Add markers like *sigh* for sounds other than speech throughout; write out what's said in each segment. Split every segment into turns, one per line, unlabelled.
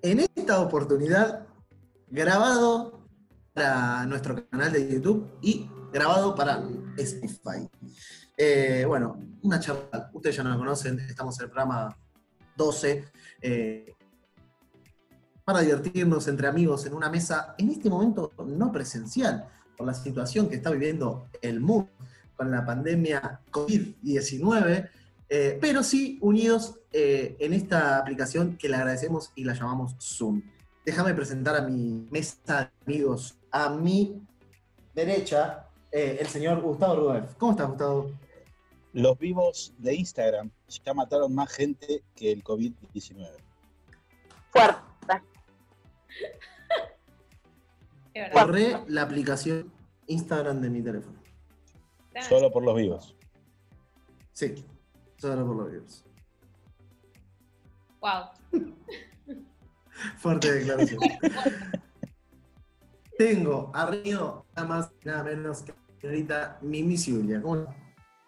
En esta oportunidad, grabado para nuestro canal de YouTube y grabado para Spotify. Eh, bueno, una charla, ustedes ya nos conocen, estamos en el programa 12. eh, para divertirnos entre amigos en una mesa, en este momento no presencial, por la situación que está viviendo el mundo con la pandemia COVID-19, eh, pero sí unidos eh, en esta aplicación que le agradecemos y la llamamos Zoom. Déjame presentar a mi mesa de amigos, a mi derecha, eh, el señor Gustavo Rudolf. ¿Cómo estás, Gustavo?
Los vivos de Instagram ya mataron más gente que el COVID-19.
Fuerte.
Es verdad.
Borré la aplicación Instagram de mi teléfono.
Solo por los vivos.
Sí, solo por los vivos.
Wow.
Fuerte declaración. Tengo arriba nada más y nada menos que la señorita Mimi Julia. ¿Cómo está?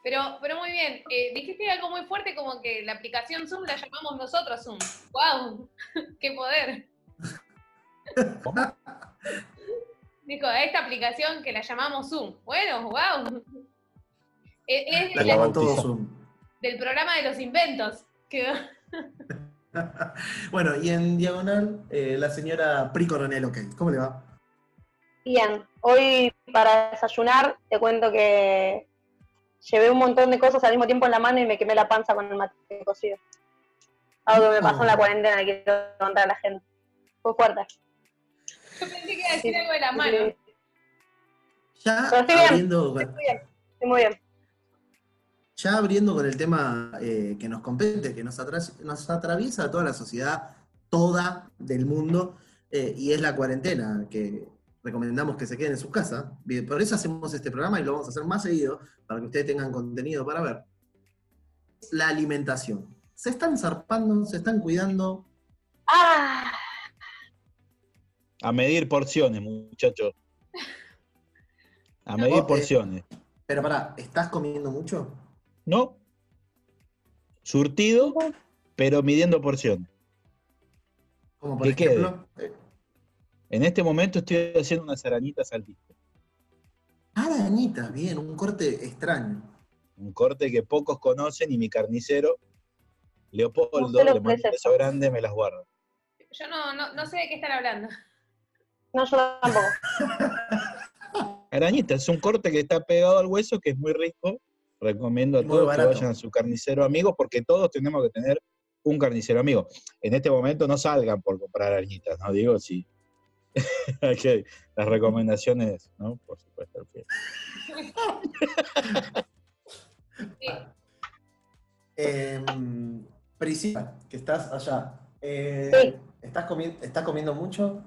Pero, pero muy bien, eh, dijiste algo muy fuerte como que la aplicación Zoom la llamamos nosotros Zoom. ¡Wow! *laughs* ¡Qué poder! Dijo, a esta aplicación que la llamamos Zoom. Bueno, wow.
*laughs*
Es,
La
es
llaman
bautizó.
todos Zoom. *laughs*
del programa de los inventos. Quedó.
bueno, y en diagonal, eh, la señora Pri Coronel, ok. ¿Cómo le va?
Bien, hoy para desayunar te cuento que llevé un montón de cosas al mismo tiempo en la mano y me quemé la panza con el mate cocido. Algo que me pasó en la cuarentena, que quiero contar a la gente. Fue fuerte.
Yo *laughs* pensé que iba a decir algo de la mano.
Ya
Pero estoy bien.
abriendo,
Estoy bien, estoy muy bien.
ya abriendo con el tema eh, que nos compete, que nos, atras- nos atraviesa a toda la sociedad, toda del mundo, eh, y es la cuarentena, que recomendamos que se queden en sus casas. Bien, Por eso hacemos este programa y lo vamos a hacer más seguido, para que ustedes tengan contenido para ver. La alimentación. Se están zarpando, se están cuidando.
Ah,
A medir porciones, muchachos. A medir
eh.
porciones.
Pero pará, ¿estás comiendo mucho?
¿No? Surtido, pero midiendo porciones.
Como por
Que quede.
ejemplo. eh,
En este momento estoy haciendo unas arañitas al disco.
arañitas, ah, bien, un corte extraño.
Un corte que pocos conocen y mi carnicero, Leopoldo,
Usted lo
le mando un beso
presentó.
grande, me las guarda.
Yo no, no, no sé de qué están hablando.
no, yo tampoco.
Arañitas, es un corte que está pegado al hueso, que es muy rico. Recomiendo a
Muy
todos que
barato.
vayan a su carnicero amigo, porque todos tenemos que tener un carnicero amigo. En este momento no salgan por comprar arañitas, ¿no? Digo, sí. *laughs* Hay que- las recomendaciones, ¿no? Por supuesto. al pie.
Sí.
Eh, Priscila, que estás allá. Eh,
Sí.
¿estás, comi- ¿Estás comiendo mucho?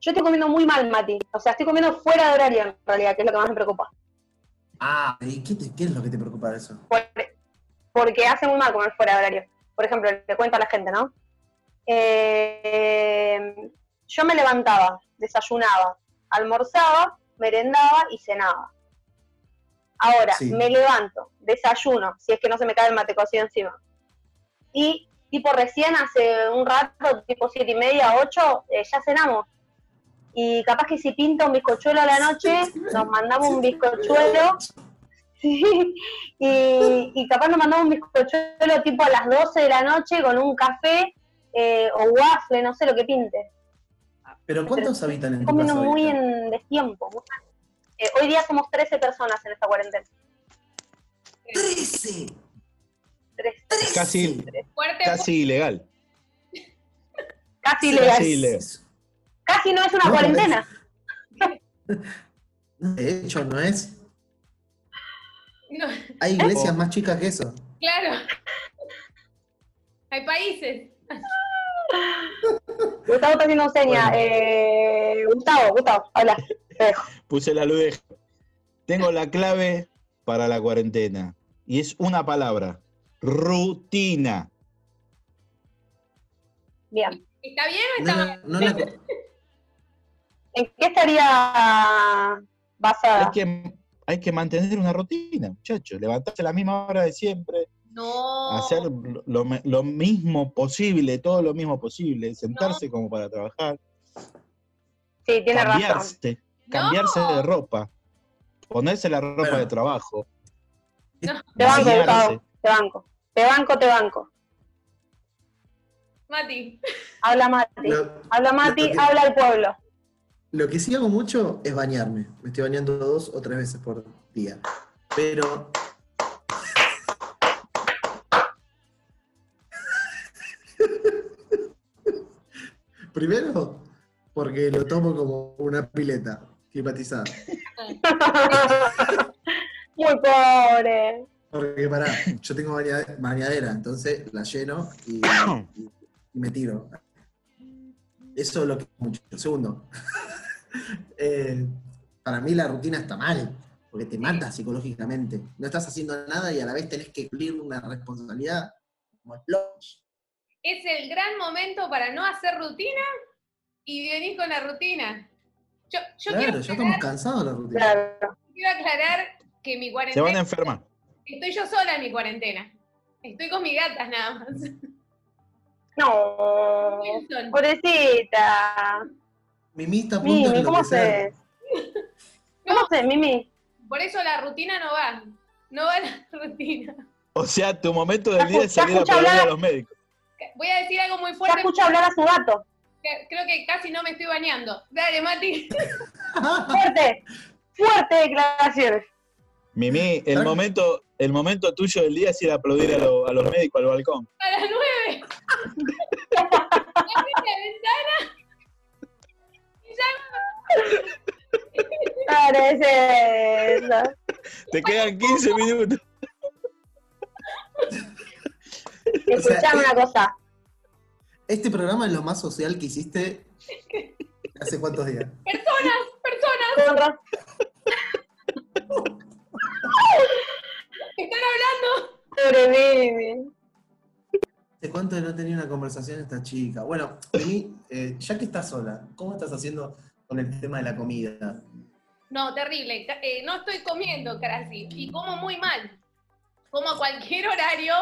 Yo estoy comiendo muy mal, Mati. O sea, estoy comiendo fuera de horario en realidad, que es lo que más me preocupa.
Ah, ¿y qué, te- qué es lo que te preocupa de eso?
por- porque hace muy mal comer fuera de horario. Por ejemplo, le cuento a la gente, ¿no? Eh, yo me levantaba, desayunaba, almorzaba, merendaba y cenaba. Ahora,
Sí.
me levanto, desayuno, si es que no se me cae el mate cocido encima. Y tipo recién hace un rato, tipo siete y media, ocho, eh, ya cenamos. Y capaz que si pinta un bizcochuelo a la noche,
Siete y media,
nos mandamos un
siete y media.
bizcochuelo *laughs* Sí, y, y capaz nos mandamos un bizcochuelo tipo a las 12 de la noche con un café eh, o waffle, no sé lo que pinte.
¿Pero cuántos habitan en tu
Comiendo
casa?
muy
ahorita?
en destiempo. muy mal. Eh, hoy día somos 13 personas en esta cuarentena.
¡Trece!
13.
Casi,
Fuerte,
casi ilegal.
Casi,
Sí,
le-
Casi ilegal.
casi no es una
No,
cuarentena.
De hecho, no es.
no,
Hay iglesias
*laughs*
más chicas que eso.
claro. Hay países.
Gustavo está haciendo seña.
Bueno.
Eh, Gustavo, Gustavo, habla. Te dejo.
Puse la luz. de- Tengo la clave para la cuarentena. Y es una palabra. Rutina.
Bien.
¿Está bien o
No
está
la-
mal?
no la co-
¿En qué estaría
Hay
Ah.
basada?
que, hay que mantener una rutina, muchachos. Levantarse a la misma hora de siempre.
No.
Hacer lo- lo, me- lo mismo posible, todo lo mismo posible. Sentarse como para trabajar.
Sí, tiene razón.
cambiarse.
No.
Cambiarse de ropa. Ponerse la ropa
Bueno.
de trabajo.
Te banco,
bañarse.
Gustavo. Te banco. Te banco, te banco.
Mati.
Habla Mati.
lo-
Habla Mati,
lo que-
habla el
*laughs*
pueblo.
Lo que sí hago mucho es bañarme. Me estoy bañando dos o tres veces por día. Pero. *laughs* Primero, porque lo tomo como una pileta climatizada.
Muy pobre.
Porque pará, yo tengo baña- bañadera, entonces la lleno y, y- y me tiro. Eso es lo que mucho. Segundo, *laughs* eh, para mí la rutina está mal, porque te mata psicológicamente. No estás haciendo nada y a la vez tenés que cumplir una responsabilidad como locos.
Es el gran momento para no hacer rutina y venís con la rutina. Yo, yo
Claro,
quiero,
ya
aclarar,
estamos cansados de la rutina.
Claro.
quiero aclarar que mi
Se van a
cuarentena.
enfermar.
Estoy yo sola en mi cuarentena. Estoy con mis gatas nada más. *laughs*
No.
Wilson,
Pobrecita.
Mimi está a punto de
Mimi, ¿cómo
enloquecer.
haces? ¿Cómo haces, Mimi?
Por eso la rutina no va. No va la *laughs* rutina.
O sea, tu momento del día es
Ya
salir a
escuché
pedirle a
hablar.
los médicos.
Voy a decir algo muy
Ya
fuerte.
escucha hablar a su gato.
porque Creo que casi no me estoy bañando. Dale, Mati. *laughs*
Fuerte. Fuerte declaraciones.
Mimi, el
Claro.
momento, el momento tuyo del día es ir a aplaudir a, lo- a los médicos al balcón.
A las nueve. *laughs* Abrí la ventana. Y ya
Parece eso.
Te quedan 15 minutos.
sea,
Escuchame
eh.
una cosa.
Este programa es lo más social que hiciste hace cuántos días.
personas, personas
Con ra-
están hablando.
Pobre Mimi.
¿Hace cuánto no tenía una conversación esta chica? Bueno, vení, eh, ya que estás sola, ¿cómo estás haciendo con el tema de la comida?
No, terrible. Ca- eh, no estoy comiendo casi. Y como muy mal. Como a cualquier *laughs* horario.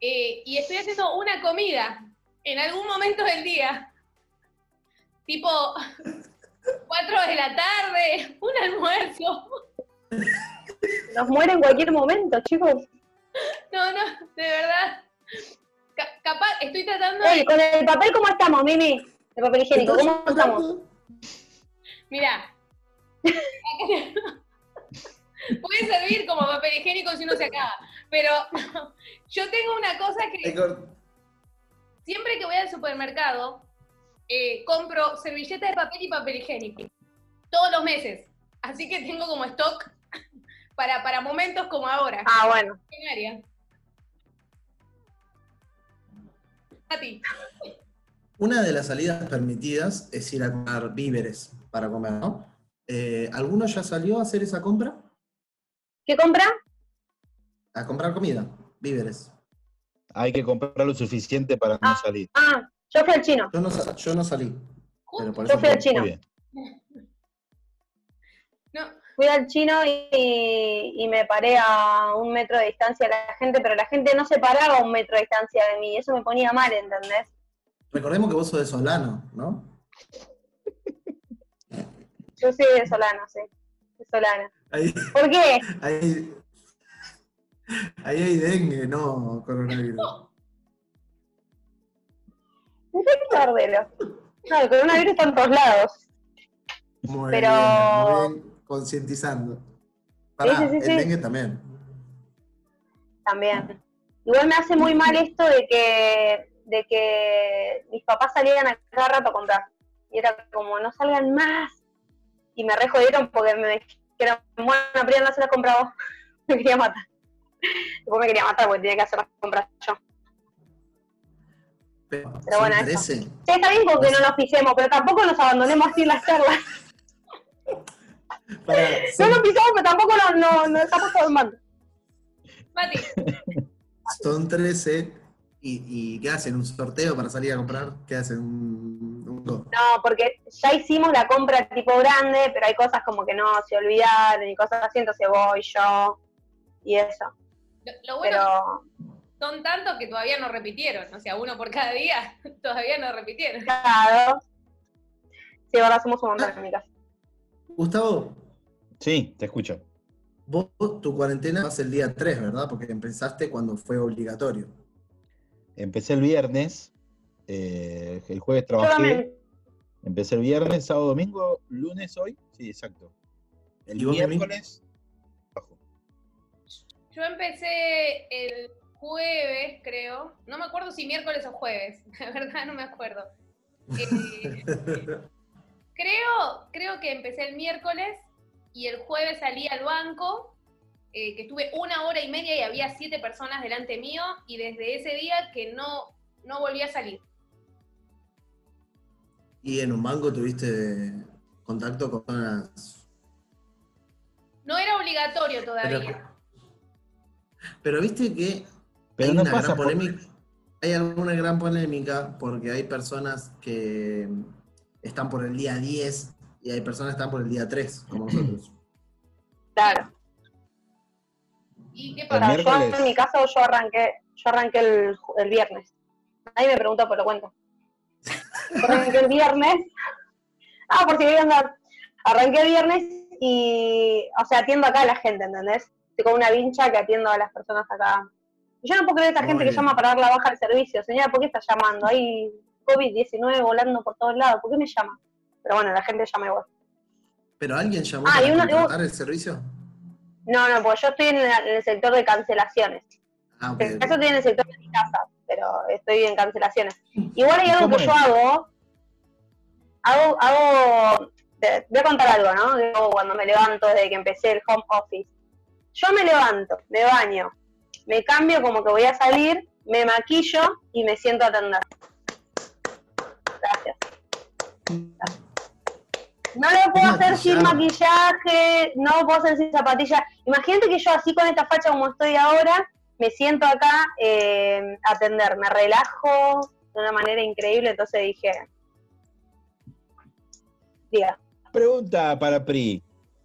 eh, y estoy haciendo una comida en algún momento del día. Tipo *laughs* 4 de la tarde, *laughs* un almuerzo.
Nos muere en cualquier momento, chicos.
No, no, de verdad. Ca- capaz, estoy tratando de
Ey, con el papel, ¿cómo estamos, Mimi? El papel higiénico, ¿cómo
¿Estás
estamos?
llorando?
Mira. *laughs* Puede servir como papel higiénico si uno se acaba. Pero *laughs* yo tengo una cosa
Ay,
Eh,
que
cor-
siempre que voy al supermercado, eh, compro servilletas de papel y papel higiénico. Todos los meses. Así que tengo como stock *laughs* para, para momentos como ahora.
Ah, bueno.
Extraordinaria. Mati,
Una de las salidas permitidas es ir a comprar víveres para comer, ¿no? Eh, ¿Alguno ya salió a hacer esa compra?
¿Qué compra?
A comprar comida, víveres.
Hay que comprar lo suficiente para no
Ah.
salir.
Ah, yo fui al chino.
Yo no, sa- yo no salí. Pero por
Yo
eso
fui al
puedo-
chino.
Muy bien.
no,
Fui al chino y, y me paré a un metro de distancia de la gente, pero la gente no se paraba a un metro de distancia de mí. Eso me ponía mal, ¿entendés?
Recordemos que vos sos de Solano, ¿no?
Yo soy de Solano, sí. De Solano.
Ahí,
¿Por qué?
ahí, ahí hay dengue, no coronavirus.
Cordero. No, el coronavirus está en todos lados.
Muy
Pero-
bien, muy bien, concientizando. Pará,
Sí, sí, sí,
el
sí.
dengue también.
También. Igual me hace muy mal esto de que, de que mis papás salieran a cada rato a comprar. Y era como, no salgan más. Y me re jodieron porque me dijeron, bueno, pero ya no se las compraba vos. *laughs* Me quería matar. Después me quería matar porque tenía que hacer las compras yo.
Pero,
Pero
¿sí
bueno,
me parece?
*laughs* Sí, está bien porque no nos pisemos, pero tampoco nos abandonemos así en las charlas.
Para,
No
son,
nos pisamos, pero tampoco nos, no, nos estamos formando.
Mati,
son 13 y, y ¿qué hacen? ¿Un sorteo para salir a comprar? ¿Qué hacen? ¿Un, un go?
No, porque ya hicimos la compra tipo grande, pero hay cosas como que no se olvidaron y cosas así, entonces voy yo y eso.
lo, lo bueno
Pero
que son tantos que todavía no repitieron. O sea, uno por cada día, *laughs* todavía no repitieron.
claro. Sí, ahora somos un montón en mi casa.
Gustavo,
Sí, te escucho.
vos tu cuarentena vas el día 3, ¿verdad? Porque empezaste cuando fue obligatorio.
Empecé el viernes, eh, el jueves
Yo
trabajé.
también.
Empecé el viernes, sábado, domingo, lunes hoy. Sí, exacto. El
¿Y vos, Mimi?
miércoles. bajo.
Yo empecé el jueves, creo. No me acuerdo si miércoles o jueves. *laughs* La verdad, no me acuerdo. Eh, creo, creo que empecé el miércoles y el jueves salí al banco, eh, que estuve una hora y media y había siete personas delante mío y desde ese día que no, no volví a salir.
¿Y en un banco tuviste contacto con personas?
No era obligatorio todavía.
Pero viste que
Pero
hay
no
una
pasa
gran
por-
polémica. Hay alguna gran polémica porque hay personas que están por el día 10 y hay personas que están por el día 3,
*clears throat*
como nosotros.
Claro.
¿Y qué
El
Ahora,
pasa?
yo
miércoles.
en mi caso yo arranqué, yo arranqué el, ju- el viernes. Nadie me preguntó, pero lo cuento. Yo arranqué el viernes. *laughs* Ah, por si quería andar. Arranqué el viernes y, o sea, atiendo acá a la gente, ¿entendés? Estoy con una vincha que atiendo a las personas acá. Y Yo no puedo creer esta
Muy
gente que
bien.
llama para dar la baja del servicio. Señora, ¿por qué está llamando? Hay COVID-19 volando por todos lados. ¿Por qué me llama? Pero bueno, la gente llama igual.
¿Pero alguien llamó
Ah, y
para
uno-
contratar el servicio?
No, no, porque yo estoy en la- en el sector de cancelaciones.
Ah, ok,
En
ok.
caso estoy en el sector de mi casa, pero estoy en cancelaciones. Igual hay
¿Y
algo
cómo
que yo
es?
hago. Hago, hago. Te voy a contar algo, ¿no? Que hago cuando me levanto desde que empecé el home office. Yo me levanto, me baño, me cambio como que voy a salir, me maquillo y me siento a atender. Gracias. Gracias. No lo puedo hacer sin
Maquillado.
maquillaje, no lo puedo hacer sin zapatillas. Imagínate que yo así con esta facha como estoy ahora, me siento acá eh, a atender, me relajo de una manera increíble, entonces dije, diga,
Pregunta para Pri.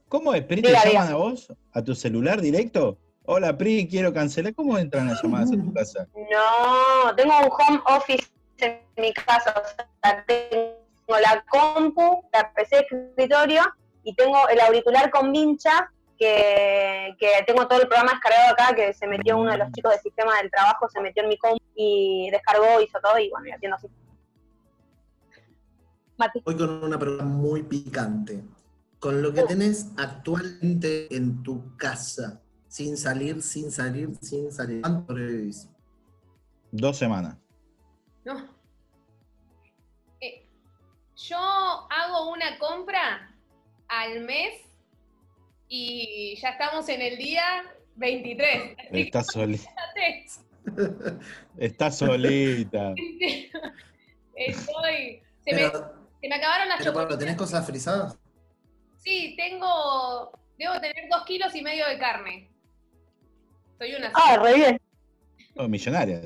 ¿Cómo es? ¿Pri te
Diga,
llaman
diga.
a vos? ¿A tu celular directo? Hola, Pri, quiero cancelar. ¿Cómo entran las llamadas
*laughs*
a tu casa?
no, tengo un home office en mi casa, o sea, tengo la compu, la PC de escritorio y tengo el auricular con vincha que, que tengo todo el programa descargado acá, que se metió uno de los chicos del sistema del trabajo, se metió en mi compu y descargó, hizo todo y bueno, y atiendo así. Mati.
Voy con una pregunta muy picante. Con lo que
Oh.
tenés actualmente en tu casa, sin salir, sin salir, sin salir, ¿cuánto sobrevivís?
Dos semanas.
No. Eh, yo hago una compra al mes y ya estamos en el día 23. Así que
Está, soli-
fíjate,
está solita.
*laughs* gente, estoy- se, me,
Pero,
se me acabaron las
pero Pablo, ¿tenés
chocolates.
cosas frisadas?
Sí, tengo. Debo tener dos kilos y medio de carne. Soy una.
Ah, re bien,
Oh, millonaria.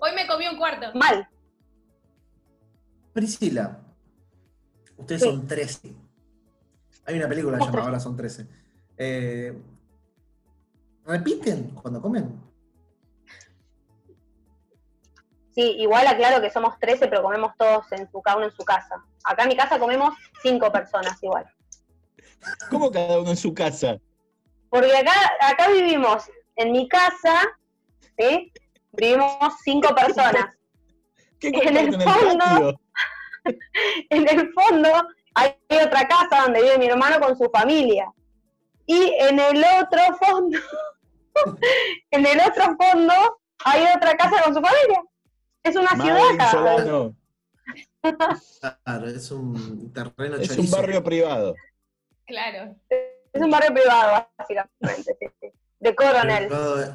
Hoy me comí un cuarto. *laughs*
mal.
Priscila, ustedes
Sí.
son 13. Hay una película
Somos
llamada Ahora son 13. Eh, ¿Repiten cuando comen?
Sí, igual aclaro que somos 13, pero comemos todos en su, cada uno en su casa. Acá en mi casa comemos 5 personas igual.
¿Cómo cada uno en su casa?
Porque acá, acá vivimos, en mi casa, ¿sí? Vivimos 5 personas. *laughs*
¿Qué
En
comparten
el fondo. En el fondo hay otra casa donde vive mi hermano con su familia. Y en el otro fondo, *laughs* en el otro fondo hay otra casa con su familia. Es una ciudad
Madre
acá.
Solano.
Claro, es un terreno
Es un
chorizo.
barrio privado.
Claro.
Es un barrio privado, básicamente, sí, sí. De coronel.
Privado de,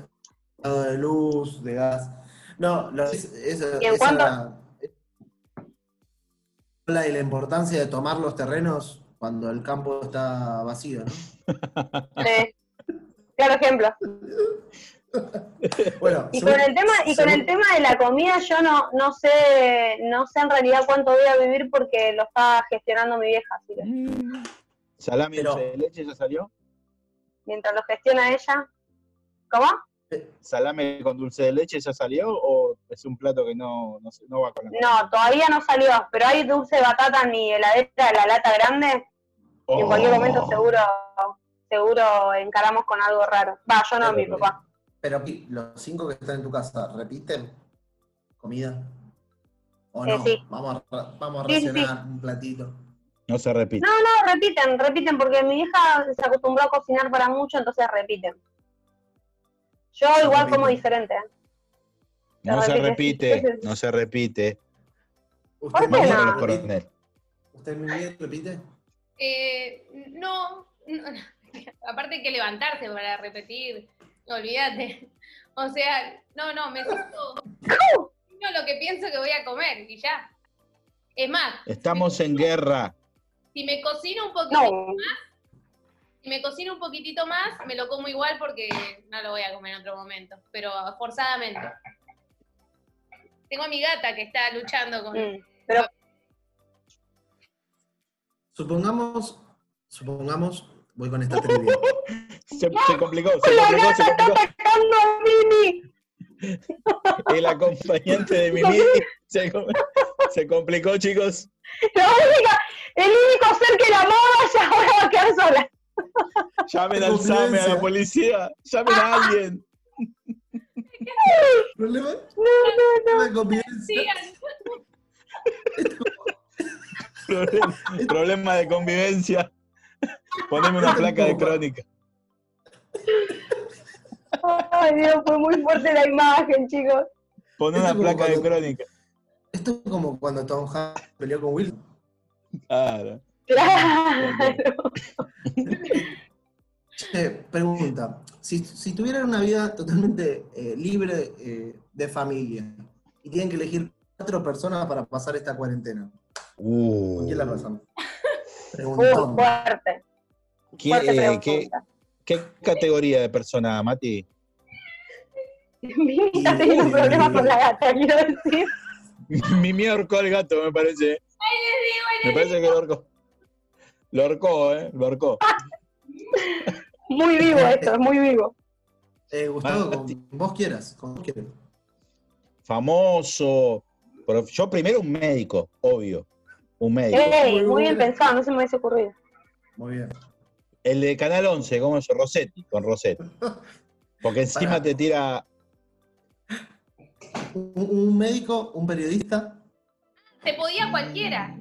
privado de luz, de gas. No, lo- es- esa-
¿Y en
esa-
cuánto?
habla de la importancia de tomar los terrenos cuando el campo está vacío, ¿no?
Sí. Claro ejemplo.
Bueno,
*laughs* Y
según-
con el tema, y con
según-
el tema de la comida, yo no, no sé, no sé en realidad cuánto voy a vivir porque lo está gestionando mi vieja, así que
Salami
Pero-
dulce de leche ya salió.
mientras lo gestiona ella, ¿cómo?
Salame con dulce de leche ya salió o es un plato que no, no, se- no va con la
No, todavía no salió, pero hay dulce de batata en mi heladera, la lata grande, y en cualquier
Oh.
momento seguro, seguro encaramos con algo raro. Va, yo no, mi papá.
Pero pi- los cinco que están en tu casa, ¿repiten comida? ¿O
Eh,
no?
sí.
Vamos a, ra- vamos a
Sí, sí, sí.
racionar un platito.
No se repite.
No, no, repiten, repiten, porque mi hija se acostumbró a cocinar para mucho, entonces repiten. Yo
Yo
igual como
repito.
diferente. ¿eh?
No,
se
se
repite.
repite. No se repite.
¿Usted,
¿Por
Vamos
qué
Miguel,
a
no?
los coronel.
¿Usted muy bien repite?
Eh, no, no, *laughs* aparte hay que levantarse para repetir, olvídate. O sea, no, no, me
*laughs*
siento no lo que pienso que voy a comer y ya. Es más,
Estamos en guerra.
si me cocino un poquitito,
No,
si me cocino un poquitito más, me lo como igual porque no lo voy a comer en otro momento, pero forzadamente. Tengo a mi gata que está luchando con
mm.
Supongamos, supongamos, voy con esta
*laughs*
trivia.
Se, se complicó, se complicó, se complicó.
atacando a Mimi!
El acompañante de Mimi se, com- se complicó, chicos.
La única, el único ser que la amaba *laughs* ya ahora va a quedar sola.
Llamen al SAME, a la policía. Llamen a alguien.
¿Problema?
No, no,
¿Problema de convivencia?
Sigan.
Problema, problema de convivencia. Poneme una placa de crónica.
no. Ay, Dios, fue muy fuerte la imagen, chicos.
Pon una placa de crónica.
Esto es como cuando Tom Hanks peleó con Will.
Claro.
Claro.
Che, pregunta, si, si tuvieran una vida totalmente eh, libre eh, de familia y tienen que elegir cuatro personas para pasar esta cuarentena, ¿con quién la pasan?
Muy Oh,
Preguntón.
fuerte.
¿Qué,
fuerte
eh,
pregunta.
qué- qué categoría de persona, Mati? *laughs*
Mimi está teniendo problemas con la gata, quiero decir.
Mimi ahorcó al gato, me parece.
Ay, les digo,
Me parece que lo ahorcó. Lo ahorcó, ¿eh? Lo ahorcó.
Muy vivo esto, es muy
*laughs*
vivo.
Eh, Gustavo, con, vos quieras, con vos quieras.
Famoso. Pero yo primero un médico, obvio. Un médico.
Eh.
Ey, muy bien pensado, no se me hubiese ocurrido.
Muy bien.
El de Canal 11, ¿cómo es? Rossetti, con Rossetti. Porque encima
Pará.
te tira.
Un, un médico, un periodista,
se podía cualquiera.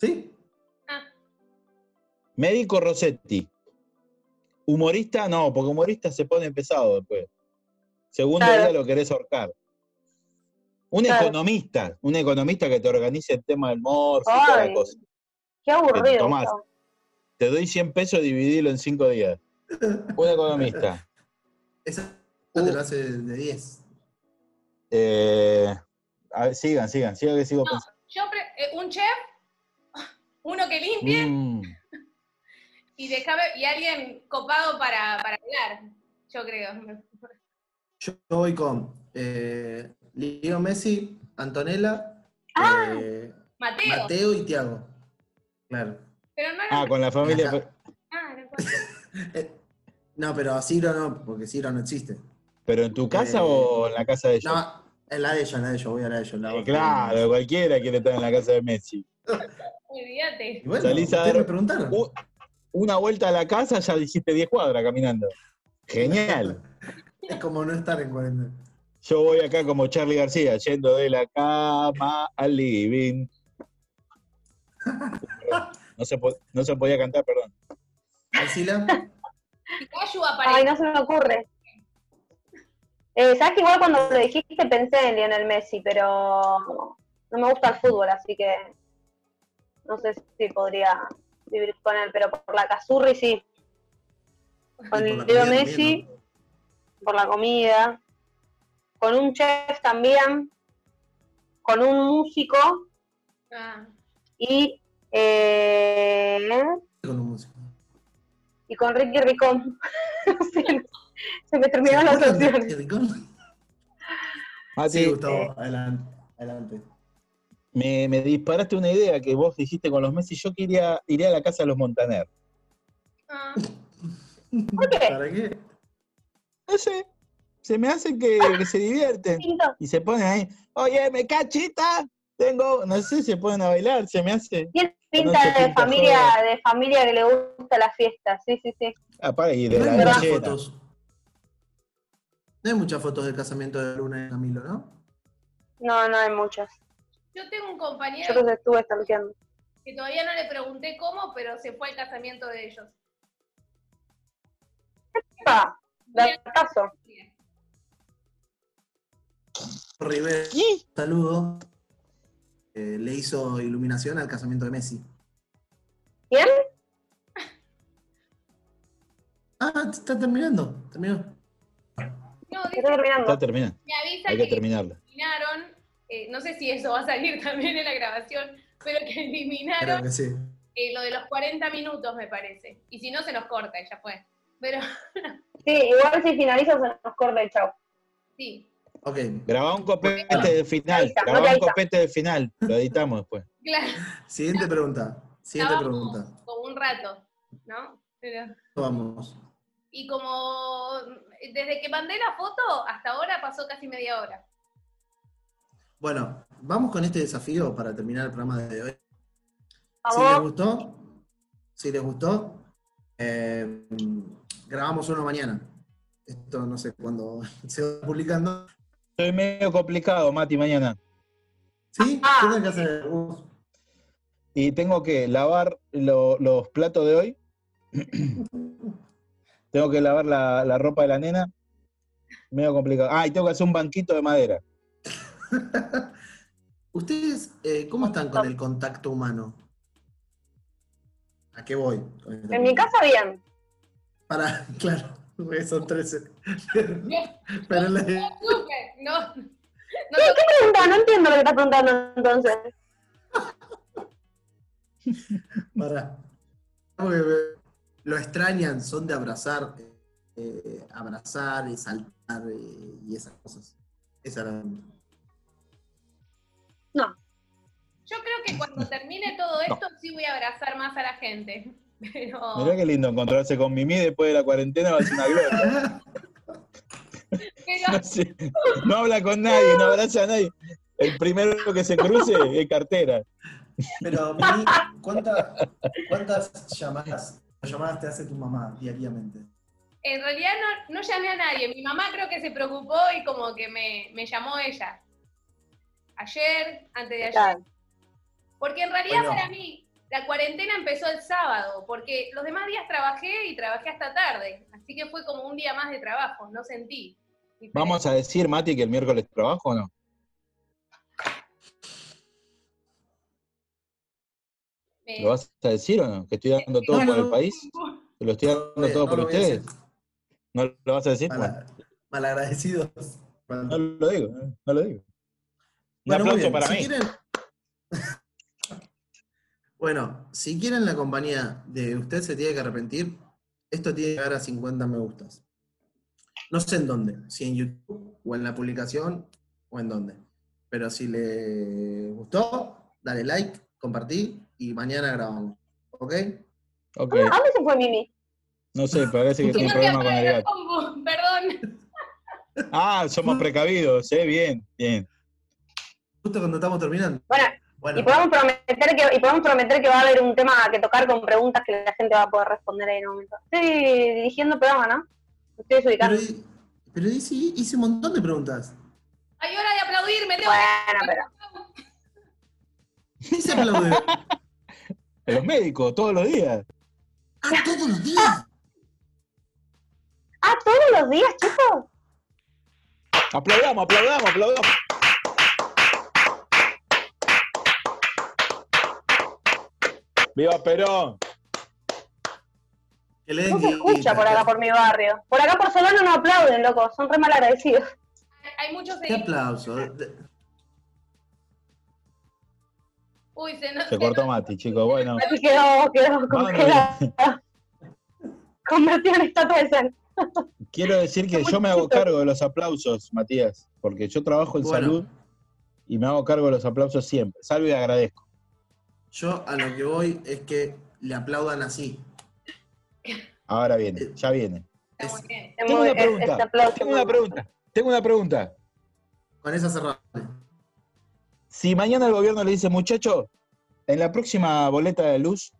¿sí?
Médico Rossetti. Humorista, no, porque humorista se pone pesado después. Segundo
Claro.
día lo querés ahorcar. Un
Claro.
economista, un economista que te organice el tema del morse y toda la
Ay,
cosa.
qué aburrido.
Tomás.
esto.
Te doy 100 pesos dividirlo en 5 días. Un
*laughs*
economista.
Esa te lo hace de 10.
Eh, a ver, sigan, sigan, sigan que sigo pensando.
Yo, pre- eh, un chef, uno que limpie
Mm,
y dejaba, y alguien copado para, para hablar, yo creo.
Yo voy con eh, Leo Messi, Antonella, eh,
Mateo,
Mateo y Tiago. Claro.
pero no era.
Ah, con la familia.
Acá.
Ah, no fue.
Eh, No, pero a Ciro no, porque Ciro no existe.
¿Pero en tu casa
Eh,
o en la casa de ellos?
No, es la de ellos, la de ellos, voy a la de ellos. La
Eh,
otra.
claro, cualquiera quiere estar en la casa de Messi.
Olvídate.
Y bueno,
Salís a Uh.
ustedes
dar-
me preguntaron.
U- una vuelta a la casa ya dijiste 10 cuadras caminando. Genial.
Es como no estar en cuarentena.
Yo voy acá como Charlie García, yendo de la cama al living. No se, po- no se podía cantar, perdón.
*laughs*
Priscila,
Pikachu aparece.
Ay, no se me ocurre. Eh, Sabes que igual cuando lo dijiste pensé en Lionel Messi, pero no me gusta el fútbol, así que no sé si podría vivir con él, pero por la Cazurri sí.
y por
Con
la
Leo
comida
Messi,
también, ¿no?
por la comida, con un chef también, con un músico
Ah,
y, eh,
Con un músico.
y con Ricky Ricón. *laughs* se, se me terminaron las
¿Se acuerdan de
opciones.
Ricón? Sí,
Mati,
Gustavo, adelante. adelante.
me, me disparaste una idea que vos dijiste con los Messi. Yo quería iría a la casa de los Montaner.
ah.
¿Por qué?
¿Para qué?
No sé. Se me hace que, que se divierten.
Pinto.
Y se ponen ahí. Oye, me cachita. Tengo. No sé, se ponen a bailar. Se me hace.
Tiene
Anoche
pinta de
pinta
familia,
joven.
de familia que le gusta la fiesta, sí, sí, sí.
Apaga y de
No
la
hay muchas
gallera.
fotos. No hay muchas fotos del casamiento de Luna y Camilo, ¿no?
No, no hay muchas.
Yo tengo un
Yo
compañero
los estuve stalkeando.
que todavía no le pregunté cómo, pero se fue al casamiento de ellos.
Ah, datazo.
Rivera, saludo. eh, le hizo iluminación al casamiento de Messi.
¿Quién?
*laughs* Ah, está terminando. Terminó.
No, dice,
Estoy terminando.
Está terminando.
me avisa
Hay
que
que terminarla.
eliminaron, eh, no sé si eso va a salir *laughs* también en la grabación, pero que
Creo
eliminaron
que sí.
eh, lo de los 40 minutos, me parece. Y si no, se nos corta y ya fue. Pero *laughs*
Sí, igual si finalizas se nos corta el chau.
sí,
Ok.
Grabá un copete del final.
avisa, no
Grabá
te
un
avisa.
copete del final. Lo editamos después.
claro,
Siguiente pregunta. Siguiente
Estábamos
pregunta.
como un rato, ¿no? Pero-
Vamos.
y como desde que mandé la foto hasta ahora pasó casi media hora.
Bueno, vamos con este desafío para terminar el programa de hoy. Si les
Vamos,
gustó, si les gustó, eh, grabamos uno mañana. Esto no sé cuándo *laughs* se va publicando.
Estoy medio complicado, Mati, mañana.
¿Sí?
Ah.
¿Qué tenés que hacer? vos? *laughs*
Y tengo que lavar lo- los platos de hoy. tengo que lavar la, la ropa de la nena. Medio complicado. Ah, y tengo que hacer un banquito de madera.
¿Ustedes eh, cómo están con el contacto humano? ¿A qué voy? con esta
en mi
pregunta?
casa bien.
Para, *laughs* claro, porque son 13. Pero la-
Súper, No, no
¿Qué, qué pregunta? No entiendo lo que estás preguntando entonces.
para. Porque me- Lo extrañan, son de abrazar, eh, abrazar y saltar eh, y esas cosas. Esa era la pregunta.
Yo creo que cuando termine todo
*laughs*
esto sí voy a abrazar más a la gente. *laughs* Pero
Mirá qué lindo encontrarse con Mimi después de la cuarentena. Va a ser una gloria.
pero
No, sé, no habla con nadie, no abraza a nadie. El primero que se cruce es cartera.
*laughs* Pero, Mimi, ¿cuánta- ¿cuántas llamadas, llamadas te hace tu mamá diariamente?
en realidad no, no llamé a nadie. Mi mamá creo que se preocupó y como que me, me llamó ella. Ayer, antes de ayer.
Claro.
Porque en realidad
Bueno.
para mí la cuarentena empezó el sábado, porque los demás días trabajé y trabajé hasta tarde. Así que fue como un día más de trabajo, no sentí. diferencia.
Vamos a decir, Mati, que el miércoles trabajo o no.
Eh,
¿Lo vas a decir o no? Que estoy dando todo por el país. Que lo estoy dando todo por
lo voy a
ustedes.
decir.
¿No lo vas a decir? Bueno,
Mal- malagradecidos.
No lo digo, no lo digo. Un
Bueno, muy
aplauso
bien,
para
si
mí.
quieren- *laughs* bueno, si quieren la compañía de Usted se tiene que arrepentir, esto tiene que llegar a 50 me gustas. No sé en dónde, si en YouTube o en la publicación o en dónde. Pero si les gustó, dale like, compartí y mañana grabamos. ¿Ok?
Ok,
¿A dónde se fue Mimi?
no sé, parece que tiene
no
un
te
problema con el
apagues la
gato.
compu, *laughs* perdón.
Ah, somos precavidos, ¿eh? Bien, bien.
Justo cuando estamos terminando.
Bueno,
Bueno,
y podemos, prometer que, y podemos prometer que va a haber un tema que tocar con preguntas que la gente va a poder responder ahí en un momento. Estoy dirigiendo programa, ¿no? Me Estoy
pero,
desubicando.
pero hice, hice un montón de preguntas.
Hay hora de aplaudirme, tengo
Bueno, pero...
¿Qué se aplaude?
Los médicos, todos los días.
¡Ah, todos los días!
Ah, todos los días, chicos.
Aplaudamos, aplaudamos, aplaudamos. ¡Viva Perón!
Que le den
No se
guita,
escucha por acá
que-
por mi barrio. Por acá por Solano no aplauden, loco. Son re mal agradecidos.
Hay- hay muchos
Qué aplauso. De-
Uy, se nos
Se cortó Mati, chicos. Bueno,
Aquí quedó, quedó congelada.
Bambi,
*laughs* Convertida en estatua de sal.
quiero decir que yo me hago cargo de los aplausos, Matías, porque yo trabajo en
Bueno.
salud y me hago cargo de los aplausos siempre. Salvo y agradezco.
Yo a lo que voy es que le aplaudan así.
Ahora
Eh.
viene, ya viene.
Está muy bien.
Es
Tengo una
muy- es-
pregunta,
este aplauso
Tengo
muy-
una pregunta, tengo una pregunta.
Con esa cerrada.
Si mañana el gobierno le dice, muchacho, en la próxima boleta de luz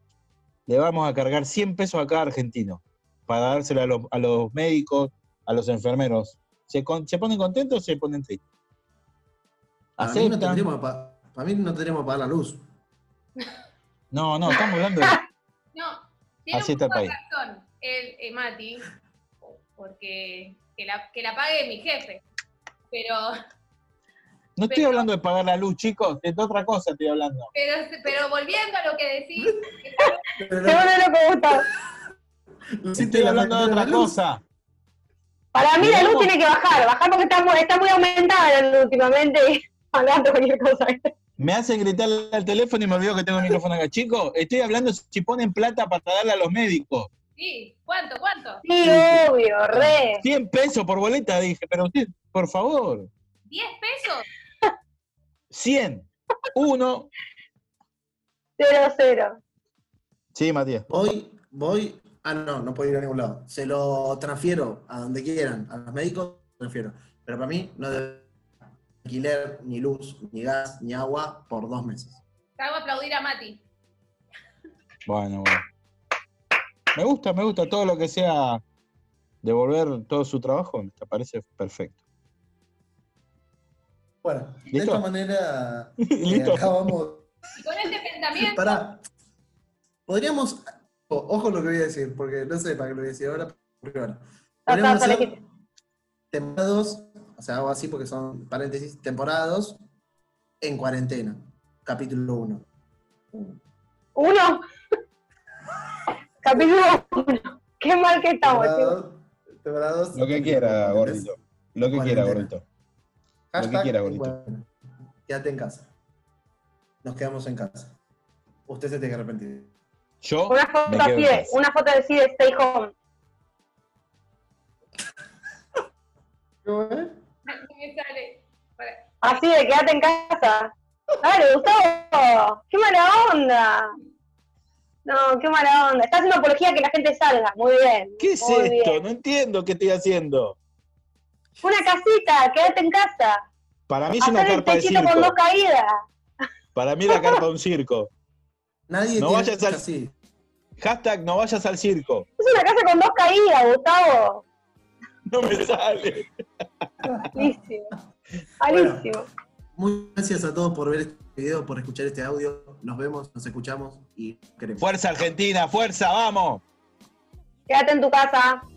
le vamos a cargar 100 pesos a cada argentino para dárselo a los, a los médicos, a los enfermeros. ¿Se, con- ¿Se ponen contentos o se ponen tristes?
Para mí, no
¿Aceptan?
tendríamos, pa- para mí no tendríamos que pagar la luz.
No, no, estamos hablando de...
No, tiene
Así
un
está el
poco de
país.
razón el, eh, Mati, porque que la, que la pague mi jefe. Pero,
No estoy
Pero-
hablando de pagar la luz, chicos, de otra cosa estoy hablando.
pero, pero volviendo a lo que decís,
Pero
Seguro
la-
lo que gusta.
Lucita
Estoy
y la-
hablando de
la
otra
luz.
cosa.
Para mí la luz
Digamos-
tiene que bajar, bajar porque está, mu- está muy aumentada la luz últimamente y *laughs* hablando cualquier cosa.
Me hacen gritar al teléfono y me olvido que tengo el micrófono acá. Chicos, estoy hablando si ponen plata para darle a los médicos.
sí, ¿cuánto, cuánto?
Sí, obvio, re.
100 pesos por boleta, dije, pero usted, por favor,
¿10 pesos?
100. Uno.
Cero, cero.
Sí, Matías.
Voy, voy. Ah, no, no puedo ir a ningún lado. Se lo transfiero a donde quieran, a los médicos, transfiero. Pero para mí no debe alquiler, ni luz, ni gas, ni agua por dos meses.
Te hago aplaudir a Mati.
Bueno, bueno. Me gusta, me gusta todo lo que sea devolver todo su trabajo, me parece perfecto.
Bueno, de
¿Listo?
esta manera eh,
*laughs* Listo.
acabamos.
Y con este pensamiento,
Pará. Podríamos. o- Ojo lo que voy a decir, porque no sé para qué lo voy a decir ahora. Porque bueno.
No,
Podríamos
no,
hacer
parejito.
temporadas, o sea, hago así porque son paréntesis, temporadas en cuarentena, capítulo 1.
Uno. Capítulo uno. Qué mal que estamos,
Ah.
chicos.
Temporada 2.
Lo que quiera, gordito. Lo que quiera,
Cuarentena.
gordito. Lo que quiera, gordito.
Quédate en casa. Nos quedamos en casa. Usted se tiene que arrepentir.
Yo
Una foto
me quedo
así
en
de,
casa.
una foto así de stay home.
no me sale. Pará.
Así de quédate en casa. Dale, Gustavo. Qué mala onda. No, qué mala onda. Está haciendo apología a que la gente salga. Muy bien.
¿Qué es
muy
esto?
bien.
No entiendo qué estoy haciendo.
Una casita, quédate en casa.
Para mí es una
Hacer el
carpa de
techito con dos
circo.
caídas.
Para
*laughs*
mí la carpa de un circo.
Nadie
No
tiene
vayas al-
así.
Hashtag no vayas al circo.
Es una casa con dos caídas, Gustavo.
No me sale.
Malísimo. Malísimo.
Muchas gracias a todos por ver este video, por escuchar este audio. Nos vemos, nos escuchamos y queremos.
Fuerza Argentina, fuerza, vamos.
Quédate en tu casa.